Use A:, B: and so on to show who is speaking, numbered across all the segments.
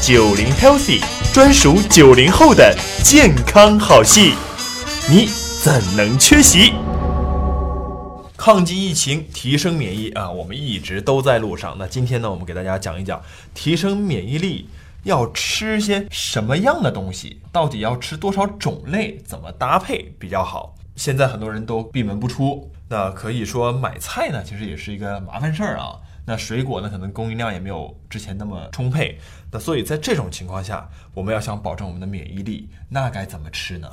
A: 九零 Healthy 专属九零后的健康好戏，你怎能缺席？抗击疫情，提升免疫啊，我们一直都在路上。那今天呢，我们给大家讲一讲提升免疫力要吃些什么样的东西，到底要吃多少种类，怎么搭配比较好。现在很多人都闭门不出，那可以说买菜呢，其实也是一个麻烦事儿啊。那水果呢，可能供应量也没有之前那么充沛。那所以在这种情况下，我们要想保证我们的免疫力，那该怎么吃呢？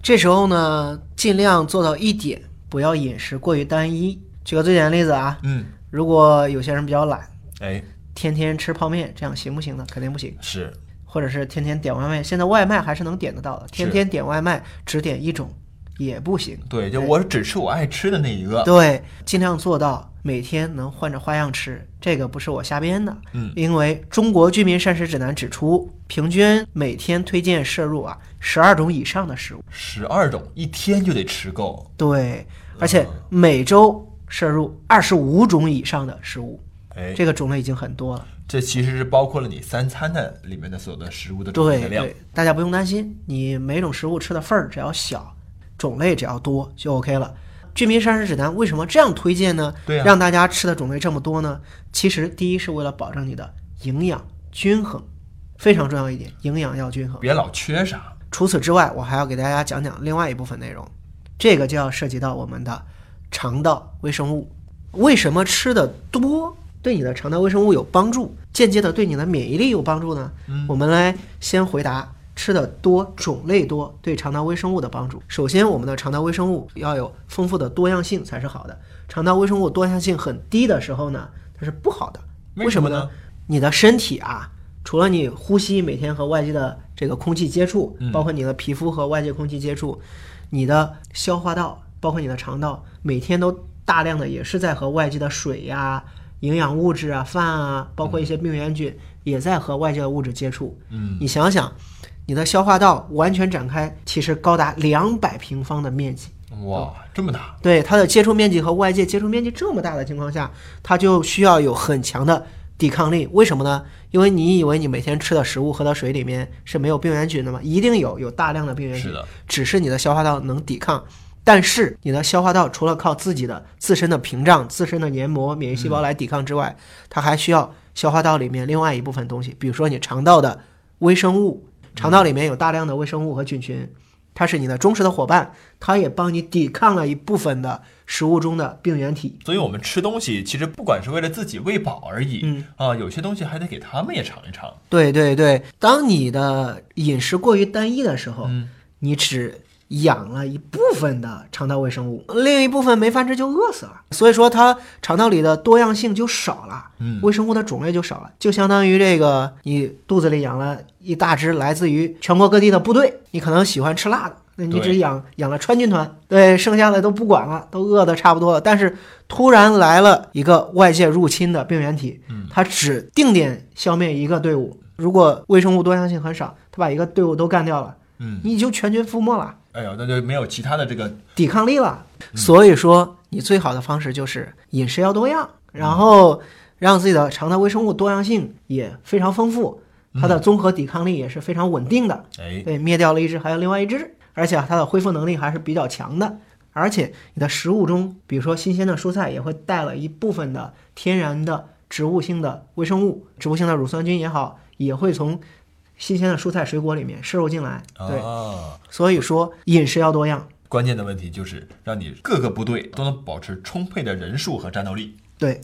B: 这时候呢，尽量做到一点，不要饮食过于单一。举个最简单的例子啊，
A: 嗯，
B: 如果有些人比较懒，
A: 哎，
B: 天天吃泡面，这样行不行呢？肯定不行。
A: 是
B: 或者是天天点外卖，现在外卖还是能点得到的，天天点外卖只点一种也不行。
A: 对，就我只吃我爱吃的那一个。
B: 对，尽量做到每天能换着花样吃，这个不是我瞎编的。
A: 嗯，
B: 因为中国居民膳食指南指出，平均每天推荐摄入啊十二种以上的食物。
A: 十二种，一天就得吃够。
B: 对，而且
A: 啊
B: 每周摄入二十五种以上的食物，
A: 哎，
B: 这个种类已经很多了。
A: 这其实是包括了你三餐的里面的所有的食物的种类
B: 对
A: 的量。
B: 对，大家不用担心，你每种食物吃的份儿只要小，种类只要多就 OK 了。居民膳食指南为什么这样推荐呢？
A: 对啊
B: 让大家吃的种类这么多呢？其实第一是为了保证你的营养均衡，非常重要一点，营养要均衡。
A: 别老缺啥。
B: 除此之外，我还要给大家讲讲另外一部分内容，这个就要涉及到我们的肠道微生物。为什么吃的多对你的肠道微生物有帮助，间接的对你的免疫力有帮助呢？
A: 嗯
B: 我们来先回答吃的多、种类多对肠道微生物的帮助。首先，我们的肠道微生物要有丰富的多样性才是好的。肠道微生物多样性很低的时候呢，它是不好的。
A: 为
B: 为
A: 什么
B: 么
A: 呢
B: 呢？你的身体啊，除了你呼吸每天和外界的这个空气接触，
A: 嗯
B: 包括你的皮肤和外界空气接触，你的消化道，包括你的肠道，每天都大量的也是在和外界的水呀、营养物质啊、饭啊，包括一些病原菌，也在和外界的物质接触。
A: 嗯，
B: 你想想，你的消化道完全展开，其实高达两百平方的面积。
A: 哇，这么大，
B: 对它的接触面积和外界接触面积这么大的情况下，它就需要有很强的抵抗力。为什么呢？因为你以为你每天吃的食物喝到水里面是没有病原菌的吗？一定有，有大量的病原
A: 是
B: 菌，
A: 的，
B: 只是你的消化道能抵抗。但是你的消化道除了靠自己的自身的屏障、自身的黏膜、免疫细胞来抵抗之外，它还需要消化道里面另外一部分东西，比如说你肠道的微生物，肠道里面有大量的微生物和菌群，它是你的忠实的伙伴，它也帮你抵抗了一部分的食物中的病原体。
A: 所以我们吃东西其实不管是为了自己喂饱而已，嗯啊，有些东西还得给他们也尝一尝。
B: 对对对，当你的饮食过于单一的时候，你只养了一部分的肠道微生物，另一部分没饭吃就饿死了。所以说，它肠道里的多样性就少了，
A: 嗯
B: 微生物的种类就少了，就相当于这个你肚子里养了一大支来自于全国各地的部队，你可能喜欢吃辣的。那你
A: 对
B: 只养养了川军团，对，剩下的都不管了，都饿得差不多了。但是突然来了一个外界入侵的病原体，它只定点消灭一个队伍。如果微生物多样性很少，它把一个队伍都干掉了，
A: 嗯，
B: 你就全军覆没了。
A: 哎呦，那就没有其他的这个
B: 抵抗力了。所以说，你最好的方式就是饮食要多样，然后让自己的肠道微生物多样性也非常丰富，它的综合抵抗力也是非常稳定的。
A: 哎，
B: 对，灭掉了一只，还有另外一只，而且啊它的恢复能力还是比较强的。而且你的食物中，比如说新鲜的蔬菜，也会带了一部分的天然的植物性的微生物，植物性的乳酸菌也好，也会从新鲜的蔬菜水果里面摄入进来。对，
A: 啊，
B: 所以说饮食要多样。
A: 关键的问题就是让你各个部队都能保持充沛的人数和战斗力。
B: 对，